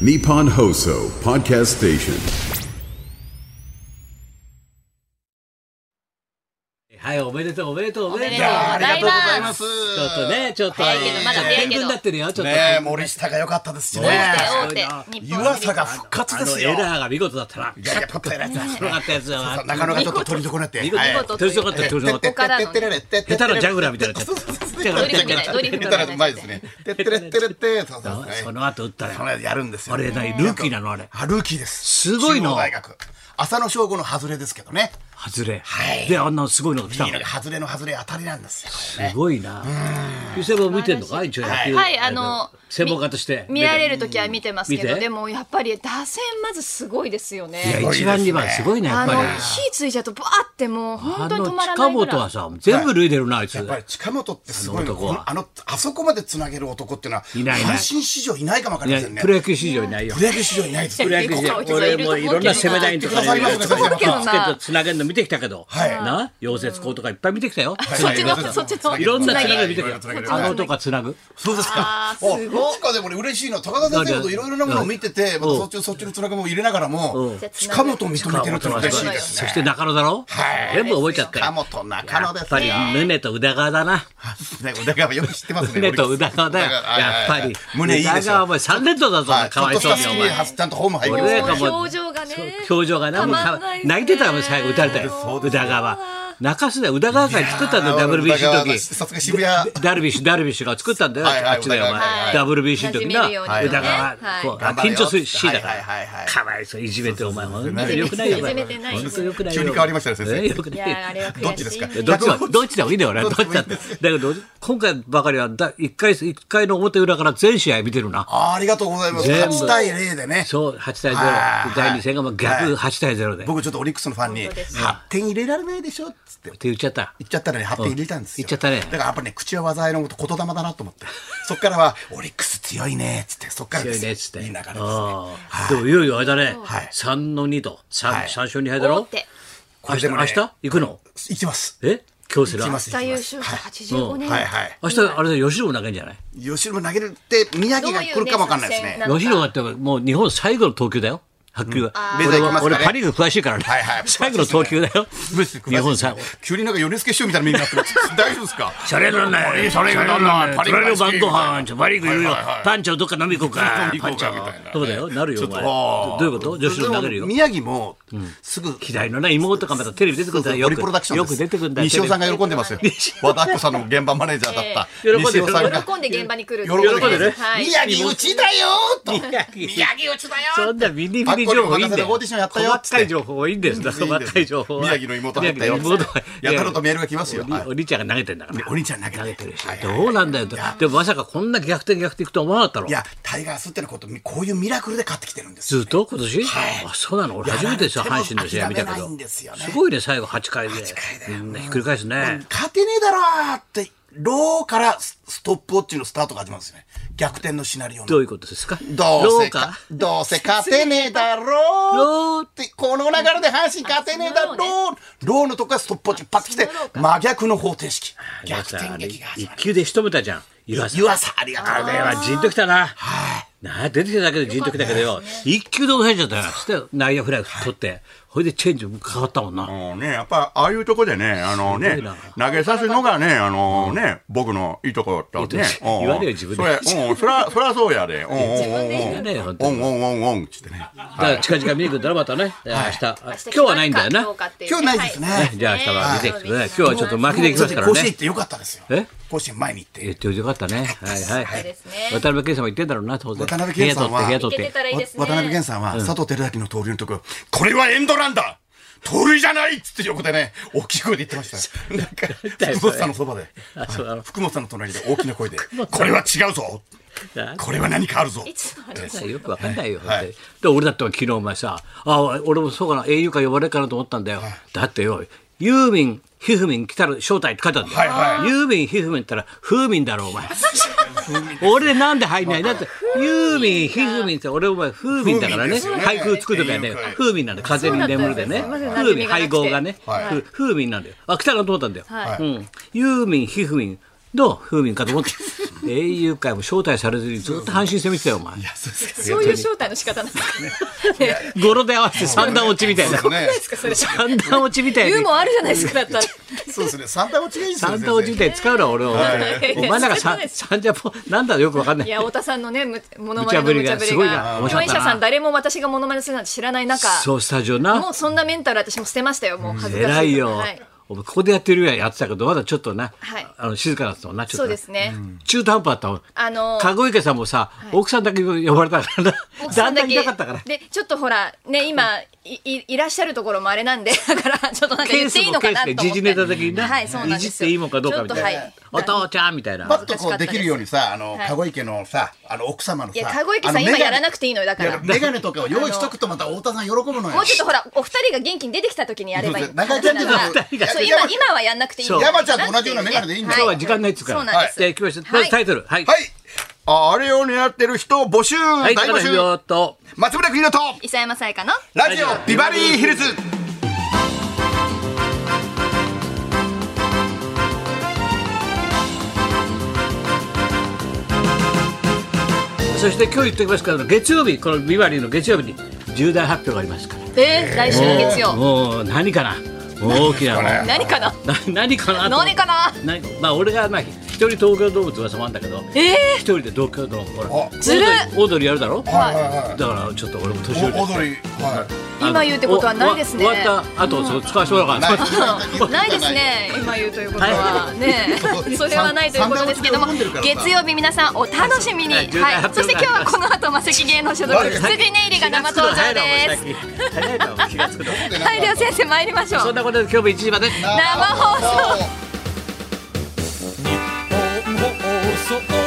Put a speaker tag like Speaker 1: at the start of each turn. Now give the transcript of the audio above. Speaker 1: Nippon Hoso Podcast Station.
Speaker 2: はい、おめでとう、おめでとう、おめでとう。
Speaker 3: おめでとう
Speaker 2: ありがとうございます。
Speaker 3: す
Speaker 2: ちょっとね、ちょっと、
Speaker 3: 早いけどまだ早いけど
Speaker 2: ちょっと天狗になってるよ、ちょっと。
Speaker 4: ねえ、森下が良かったですしね。
Speaker 3: 大手
Speaker 2: あ
Speaker 3: 大手日
Speaker 4: 湯
Speaker 3: 本
Speaker 4: 浅が復活ですよ。
Speaker 2: あのエラーが見事だったな。
Speaker 4: いやいや、取ったやつだ。
Speaker 2: よかったやつだな。
Speaker 4: 中野がちょっと取り損なって。
Speaker 2: 見事
Speaker 4: はい
Speaker 3: 見事
Speaker 2: 取り損なった、取り損なった。
Speaker 3: 岡田の
Speaker 4: てってれてって
Speaker 2: 下
Speaker 4: れて
Speaker 2: 手
Speaker 4: れ
Speaker 2: なジャグラーみたいになっちゃ
Speaker 4: そう
Speaker 2: っ
Speaker 4: そうそう
Speaker 2: ジャグラー
Speaker 3: ドリフみたいドリフみたいな
Speaker 4: 下手なうまいですね。てってれってれって。そうそうそう
Speaker 2: た。その後打った
Speaker 4: そ
Speaker 2: よ。
Speaker 4: のやるんですよ。
Speaker 2: あれ何ルーキーなのあれ
Speaker 4: あルーキーです。
Speaker 2: すごいの
Speaker 4: 中央大学。浅野翔吾の外れですけどね。
Speaker 2: 外れ
Speaker 4: は。い
Speaker 2: で、あんなすごいのが来た
Speaker 4: いい
Speaker 2: の
Speaker 4: の。が外れの外れ当たりなんですよ。
Speaker 2: すごいな。伊勢も見てんのか一応野球。
Speaker 3: はいあの
Speaker 2: 専門家として。
Speaker 3: 見られる時は見てますけ
Speaker 2: 見
Speaker 3: ど
Speaker 2: て
Speaker 3: でもやっぱり打線まずすごいですよ
Speaker 2: いや、
Speaker 3: ね
Speaker 4: ごいです
Speaker 2: 一
Speaker 4: ね
Speaker 2: 番二番すごいね、や
Speaker 3: あ
Speaker 2: っぱ
Speaker 3: の
Speaker 2: り。
Speaker 3: 火ついちゃうとバーってもう
Speaker 2: あ
Speaker 3: 本当に
Speaker 2: の
Speaker 3: 止まらな
Speaker 2: 近
Speaker 3: いぐ
Speaker 2: 本
Speaker 3: ら
Speaker 2: はいさ、全部脱いでるな、あいつ
Speaker 4: やっ。ぱり近本ってすごい
Speaker 2: そ
Speaker 4: の
Speaker 2: の男は
Speaker 4: このあのあそこまでつなげる男っていうのはい
Speaker 2: ないいない
Speaker 4: 阪神史上いないかもわかりません
Speaker 2: ね
Speaker 4: ね。
Speaker 2: プロ野球市場いないよ
Speaker 4: プ。ロ野球史上いないです。
Speaker 2: プロ野球市場俺もういろんな攻めラインとかね、
Speaker 4: 言っ
Speaker 2: い
Speaker 4: て
Speaker 2: ろ
Speaker 4: く
Speaker 2: い
Speaker 4: ださい
Speaker 2: ろ
Speaker 4: ますね
Speaker 2: つけてつなげるの見てきたけど、
Speaker 4: はい
Speaker 2: な、溶接工とかいっぱい見てきたよ。
Speaker 3: そっちの
Speaker 4: はい
Speaker 3: そっちの
Speaker 2: いろんなつ
Speaker 3: つ
Speaker 2: な
Speaker 3: な
Speaker 2: げ
Speaker 3: げ
Speaker 2: る見てきた
Speaker 4: つなげ。る
Speaker 2: あのとかつなぐ。
Speaker 4: そうですか。
Speaker 3: ー
Speaker 4: お
Speaker 3: すごい
Speaker 4: どっちかでも俺嬉しいのは高田先生のこといろいろなものを見てて、またそっちのそっちのつながも入れながらも
Speaker 2: うん
Speaker 3: じゃあ、つな
Speaker 4: 近
Speaker 3: ぐ
Speaker 4: 本を認めてるってのは嬉しいです
Speaker 2: そ
Speaker 4: ね。
Speaker 2: して中野だろ
Speaker 4: はい
Speaker 2: 全部覚えちゃったよ
Speaker 4: 近本中
Speaker 2: や
Speaker 4: 野
Speaker 2: っ
Speaker 4: で
Speaker 2: ぱ
Speaker 4: す
Speaker 2: り
Speaker 4: ね。
Speaker 2: 胸と宇田川だな。
Speaker 4: 宇田川よく知ってますね。
Speaker 2: 胸と宇田川だよ。
Speaker 4: 宇田川
Speaker 2: やっぱり。
Speaker 4: 胸いいで
Speaker 2: 宇
Speaker 4: す
Speaker 2: 田川お
Speaker 4: よ。
Speaker 2: 前三連投だぞ、
Speaker 4: はい
Speaker 2: かわいそうに
Speaker 4: ちょっ
Speaker 2: お
Speaker 4: とした隙に
Speaker 2: 前。
Speaker 4: はちゃんとホーム入っ
Speaker 2: 俺
Speaker 4: てます
Speaker 2: なんか
Speaker 3: もう
Speaker 2: もう
Speaker 3: 表情がね
Speaker 2: 表情がな、
Speaker 3: た
Speaker 2: もう
Speaker 3: まん
Speaker 2: さ
Speaker 3: ないですね
Speaker 2: 泣いてたもん、最後打たれたよ。宇田川。泣かすだよ。宇田川会作ったんだよ、
Speaker 4: 宇田
Speaker 2: WBC の
Speaker 4: 川が
Speaker 2: 時。
Speaker 4: さすが渋谷。
Speaker 2: ダルビッシュ、ダルビッシュが作ったんだよ、
Speaker 4: はいはい
Speaker 2: あっちだよ、お前。
Speaker 4: はい
Speaker 3: はい
Speaker 2: WBC の時な、
Speaker 3: 馴染めるようにね
Speaker 2: 宇田川、
Speaker 3: はい
Speaker 2: こう、
Speaker 4: 頑張れ
Speaker 2: 緊
Speaker 4: よ
Speaker 2: 張するし、だから、
Speaker 4: はいはいはいはい
Speaker 2: かわいそう、いじめて、お前、ほんとによくないよ、お前
Speaker 3: いじめてない
Speaker 2: ほんとよくないよ。
Speaker 4: 急に変わりましたね先生
Speaker 2: えよく
Speaker 3: い
Speaker 2: ないよ
Speaker 3: やあれは
Speaker 4: どっち
Speaker 3: 悔
Speaker 4: で
Speaker 3: し
Speaker 4: す
Speaker 3: い
Speaker 4: か
Speaker 2: どっちも、どっちでもいいんだよ、俺は。
Speaker 4: ど
Speaker 2: ど
Speaker 4: っ
Speaker 2: っ
Speaker 4: ちで
Speaker 2: ち
Speaker 4: も
Speaker 2: だ
Speaker 4: い
Speaker 2: って。だけ
Speaker 4: いです
Speaker 2: ど、今回ばかりは、だ一回、一回の表裏から全試合見てるな。
Speaker 4: あありがとうございます。
Speaker 2: 全部
Speaker 4: 8対0でね。
Speaker 2: そう、8対
Speaker 4: は
Speaker 2: 0。
Speaker 4: い
Speaker 2: 第2戦がもう逆
Speaker 4: はい
Speaker 2: 8対0で。っ
Speaker 4: 僕ちょっとオリックスのファンに
Speaker 3: 本当です
Speaker 4: 8点入れられないでしょっつって
Speaker 2: て言っちゃった。
Speaker 4: 言っちゃったらね8点入れたんです
Speaker 2: 言
Speaker 4: よ
Speaker 2: っちゃったね
Speaker 4: だからやっぱりね口は災いのこと言霊だなと思ってそっからはオリックス強いねっつってそっからで
Speaker 2: 強い
Speaker 4: す
Speaker 2: ねっつって。
Speaker 4: いい流れですね
Speaker 2: ああ
Speaker 4: は
Speaker 2: で
Speaker 4: い
Speaker 2: も、いよいよあれだね
Speaker 4: はい。
Speaker 2: 3の2と、
Speaker 4: は
Speaker 2: 3
Speaker 4: い
Speaker 2: 三勝2敗だ
Speaker 3: 大
Speaker 2: ろ
Speaker 3: 手
Speaker 2: 明
Speaker 4: れ
Speaker 2: 日、
Speaker 4: でもね
Speaker 2: 明日行くの
Speaker 4: 行きます
Speaker 2: え今日す
Speaker 4: 行
Speaker 2: ら
Speaker 4: きま
Speaker 2: 明
Speaker 4: す
Speaker 3: 大優
Speaker 4: 行き
Speaker 3: 勝
Speaker 4: ま
Speaker 3: 者
Speaker 4: す
Speaker 3: 85年
Speaker 4: はいはい
Speaker 2: 日、あれだ、吉野も投げんじゃない
Speaker 4: 吉野も投げるって宮城が来るかもわかんないです
Speaker 3: どういうね作戦
Speaker 4: ね
Speaker 3: なの
Speaker 2: 吉野だってもう日本最後の投球だよ。はっきりは
Speaker 4: メジャー行きますか
Speaker 2: 俺
Speaker 4: ね
Speaker 2: パ・リーグ詳しいからね
Speaker 4: はいはい。
Speaker 2: 最後の投球だよ。日本最後。
Speaker 4: 急になんか米助師匠みたいな目になってます大丈夫です か
Speaker 2: それなんだよ。
Speaker 4: それがなんだよ
Speaker 2: それの晩ご飯、パリーグいるよ
Speaker 4: はいはいはい。
Speaker 2: パンチョどっか飲み行こうか。
Speaker 4: 飲み行こうかみたいな
Speaker 2: そうだよ。なるよ、お前。
Speaker 4: ちょ
Speaker 2: ど
Speaker 4: っと
Speaker 2: ういうこと女子の投げるよ。
Speaker 4: 宮城もすぐ
Speaker 2: 左のな妹がまたテレビ出てくるんだよ。よ
Speaker 4: オリプロダクシ
Speaker 2: く
Speaker 4: ョン
Speaker 2: よ
Speaker 4: です
Speaker 2: く出てくるんだよ。
Speaker 4: 西尾さん
Speaker 2: テレ
Speaker 4: が喜んでますよ和田アキ子さんの現場マネージャー だった
Speaker 2: ええ
Speaker 4: 西尾さんが
Speaker 3: 喜んで現場に来る
Speaker 4: 喜んで
Speaker 2: 喜んでね
Speaker 3: はい
Speaker 4: 宮城うちだよーと
Speaker 2: ビ。
Speaker 4: 宮城うちだよ
Speaker 2: そんなビリビリ情報いいんだよ。
Speaker 4: あこれも博士のオーディションやったよ
Speaker 2: 細かい情報はいいんです。
Speaker 4: いいんです
Speaker 2: 細かい情報は。
Speaker 4: 宮城の妹入ったよ
Speaker 2: 宮城の妹は
Speaker 4: やたらとメールが来ますよ
Speaker 2: お兄
Speaker 4: はい
Speaker 2: お兄ちゃんが投げてんだから。
Speaker 4: お兄ちゃん投げて
Speaker 2: 投げてるし
Speaker 4: はい。はい
Speaker 2: どうなんだよと。でもまさかこんな逆転逆転いくとは思わなかったろ
Speaker 4: い。やタイガースってのはことこういうミラクルで勝ってきてるんですよ
Speaker 2: ずっと今年
Speaker 4: はい
Speaker 2: あ、そうなの俺初めてですよ、
Speaker 4: いや
Speaker 2: 阪神の試合見たけ
Speaker 4: 諦めない
Speaker 2: ど
Speaker 4: ん。ですよね
Speaker 2: すごいね、最後8回で。
Speaker 4: 回だよ
Speaker 2: みんなひっくり返すね。
Speaker 4: 勝てねえだろーってローからスストップウォッチのスタートが始まるんですよね逆転のシナリオの
Speaker 2: どういうことですか
Speaker 4: どう
Speaker 2: ど
Speaker 4: せ
Speaker 2: うか
Speaker 4: どうせ勝てねえだろう
Speaker 2: どう
Speaker 4: ってこの流れで阪神勝てねえだろうローのとこからストップウォッチパッと来て真逆の方程式逆転劇が始
Speaker 2: 一
Speaker 4: まる
Speaker 2: 球で仕留めたじゃん。湯浅
Speaker 4: 湯浅ありがとうご
Speaker 2: あ
Speaker 4: ざ
Speaker 2: れ
Speaker 4: います
Speaker 2: はじんときたな。なあ出てきただけでじんときたけどよ、一球で抑えちゃったよ。そして内野フライ取って、ほいでチェンジかかったもんな。
Speaker 5: もうね、やっぱああいうとこでね、あの
Speaker 2: す
Speaker 5: ね
Speaker 2: ごいな、
Speaker 5: 投げさすのがね、あのね、僕のいいとこだったね
Speaker 2: いいと。こ
Speaker 5: うん
Speaker 2: 言われよ自分で
Speaker 5: それ、うん、そら、そらそうやで。うん、
Speaker 2: 言わ
Speaker 5: う
Speaker 2: れよ
Speaker 5: ん、う
Speaker 2: 本
Speaker 5: ん、
Speaker 2: 当
Speaker 5: う
Speaker 2: に
Speaker 5: ん、うん、うん、うん、うん、つってね。
Speaker 2: だから近々見に行くんだろ、またね。明日。今日はないんだよな。
Speaker 4: 今日ないですね
Speaker 2: ねじゃあ明日は見てきてください。今日はちょっと負けていきますから
Speaker 4: 甲子園行
Speaker 2: ね
Speaker 4: っ。てよかったですよ
Speaker 2: え
Speaker 4: 甲子園前に行って
Speaker 2: 言ってよかったね。はいはい。
Speaker 3: そうですね
Speaker 2: 渡辺健さんも言ってんだろうな、当然。
Speaker 4: 渡辺謙さんは
Speaker 2: 部屋取って、部屋取
Speaker 3: 出
Speaker 2: って
Speaker 3: た。らいいですね
Speaker 4: わ渡辺謙さんは佐藤輝明の盗塁のところこれはエンドランだ盗塁じゃないっつって横でね大きい声で言ってましたよなんか
Speaker 2: だよ
Speaker 4: 福本さんのそばで
Speaker 2: あそうだろ
Speaker 4: 福本さんの隣で大きな声で「これは違うぞ
Speaker 2: な
Speaker 4: これは何かあるぞ
Speaker 3: いつもあれ
Speaker 2: さよくわかんないよ、
Speaker 4: は
Speaker 2: 本当
Speaker 4: い
Speaker 2: にで俺だって昨日お前さあ俺もそうかな英雄か呼ばれるかなと思ったんだよ、だってよユーミンひふみん来たる正体って書いてあるんだよ、
Speaker 4: はい
Speaker 2: ユーミンひふみんって言ったらふーみんだろお前俺なんで入んないだってユーミンひふみんって俺お前ふーみんだからね
Speaker 4: ふーみんですよね
Speaker 2: 俳句作るときはね
Speaker 4: 英雄会
Speaker 2: ふーみんなんで風に眠るでね
Speaker 3: そう
Speaker 2: ふ
Speaker 3: なんだよね
Speaker 2: ーみん配合がね
Speaker 4: は
Speaker 2: ふ
Speaker 4: い
Speaker 2: ふーみんなんだよあ来たなと思ったんだよ、
Speaker 3: は
Speaker 2: うんユーミンひふみんどうふーみんかと思って英雄会も招待されずにずっと阪神戦見てたよ、お前。
Speaker 3: そういう招待の仕方なんですか。ね
Speaker 2: 語呂で合わせて三段落ちみたいな。
Speaker 4: そうで
Speaker 3: 何ですすか
Speaker 4: ね。
Speaker 3: それ。
Speaker 2: 三段落ちみたい
Speaker 3: ユー
Speaker 2: に
Speaker 3: モ。アあるじゃないですかだったら。
Speaker 4: そうですね。三段落ちがいいですよね。
Speaker 2: 三段落ちみたいに使うな、俺を。お前
Speaker 3: い
Speaker 2: お前なんか
Speaker 3: そんな
Speaker 2: 三
Speaker 3: ことないです
Speaker 2: 三ジャポ、なんだろうよくわかんないい。
Speaker 3: や太田さんのねむモノ
Speaker 2: 無
Speaker 3: マネの無
Speaker 2: 茶
Speaker 3: 茶
Speaker 2: ぶ
Speaker 3: ぶ
Speaker 2: りが
Speaker 3: り
Speaker 2: すごいな
Speaker 3: が
Speaker 2: 面白か
Speaker 3: 共
Speaker 2: ったな
Speaker 3: 演者さん誰も私がモノマネするなんて知らない中、
Speaker 2: そう、スタジオな
Speaker 3: も。うそんなメンタル私も捨てましたよもう恥ずかしいから。
Speaker 2: 偉いよ
Speaker 3: はい。
Speaker 2: お前ここでやってるようにやってたけど、まだちょっとな
Speaker 3: はい、
Speaker 2: あの静かだったもんな、ちょっと
Speaker 3: そ
Speaker 2: な。
Speaker 3: うですね。
Speaker 2: 中途半端だったもん。
Speaker 3: あの
Speaker 2: 籠池さんもさ、奥さんだけ呼ばれたからな。
Speaker 3: 奥さ
Speaker 2: 旦
Speaker 3: ん
Speaker 2: 那
Speaker 3: だ
Speaker 2: い
Speaker 3: け
Speaker 2: なかったから。
Speaker 3: でちょっとほらね今いいいらっしゃるところもあれなんで だからちょっとなんか
Speaker 2: ケ
Speaker 3: 言
Speaker 2: ー
Speaker 3: って
Speaker 2: ス
Speaker 3: いい
Speaker 2: も
Speaker 3: の
Speaker 2: ケ
Speaker 3: か
Speaker 2: ー
Speaker 3: な
Speaker 2: スで
Speaker 3: と思って
Speaker 2: 時事ネタ的にな、
Speaker 3: はいそうなん
Speaker 2: いじ
Speaker 3: で
Speaker 2: っ
Speaker 3: す
Speaker 2: て
Speaker 3: よ
Speaker 2: いいもんかどうかみたい
Speaker 3: ち
Speaker 2: な、
Speaker 3: ょっと
Speaker 2: お
Speaker 3: は
Speaker 2: 父
Speaker 3: い
Speaker 2: ちゃんみたいな
Speaker 4: パッとこうできるようにさ、あの、
Speaker 3: はい
Speaker 4: 籠池のさ、あの、奥様のさ。
Speaker 3: いや籠池さん
Speaker 4: あの
Speaker 3: 今
Speaker 4: メガネ
Speaker 3: やらなくていいのよだから
Speaker 4: やメガネとかを用意しとくとまた太田さん喜ぶのよ
Speaker 3: もうちょっとほらお二人が元気に出てきた時にやればいい
Speaker 4: そうそう 中井ちゃんっていうのは
Speaker 3: 話だからそう今今はやんなくていい
Speaker 2: そう
Speaker 4: 山ちゃんと同じようなメガネでいいんだ
Speaker 2: 今
Speaker 4: よ
Speaker 2: 日は時間ないっつうから
Speaker 3: そうなんです
Speaker 2: じゃあ行きましょうまずタイトルはい
Speaker 4: はい。
Speaker 5: ああれを狙ってる人を募集、
Speaker 2: はい
Speaker 5: 大
Speaker 2: 高
Speaker 5: 募
Speaker 2: 田
Speaker 5: 集
Speaker 2: 文夫と
Speaker 5: 松村邦洋と
Speaker 3: 磯山さやかの
Speaker 5: ラジオビバリーヒルズ
Speaker 2: そして今日言っておきますけど月曜日このビバリーの月曜日に重大発表がありますから
Speaker 3: えー、来週の月曜
Speaker 2: もう何かなもう大きなな
Speaker 3: 何かな
Speaker 2: 何かなと
Speaker 3: 何かな
Speaker 2: なまあ俺がまあ一人東京動物噂もあんだけど
Speaker 3: え
Speaker 2: 一人で東京ドームほら
Speaker 3: ずるい
Speaker 2: オードリーやるだろ
Speaker 4: はいはいはい
Speaker 2: だからちょっと俺も年寄りだし
Speaker 4: お。踊り。は
Speaker 3: ー、今言うってことはないですね
Speaker 2: お終わった後、そう使わせてもらおうか な。
Speaker 4: い。
Speaker 3: ないです。ね今言うということはねえそれはないということですけども
Speaker 4: 三段落ちで喜んでるからさ
Speaker 3: 月曜日皆さんお楽しみに、
Speaker 2: は
Speaker 3: はいい
Speaker 2: 重大発表、
Speaker 3: そして今日はこの後マセキ芸能所属
Speaker 4: 誰
Speaker 3: 羊ネイリが生登場です
Speaker 2: す。早いなお前気がつく の
Speaker 3: はいでは先生参りましょ
Speaker 2: そ
Speaker 3: うん
Speaker 2: なことで今日も1時まで。
Speaker 3: 生放送
Speaker 6: 日本放送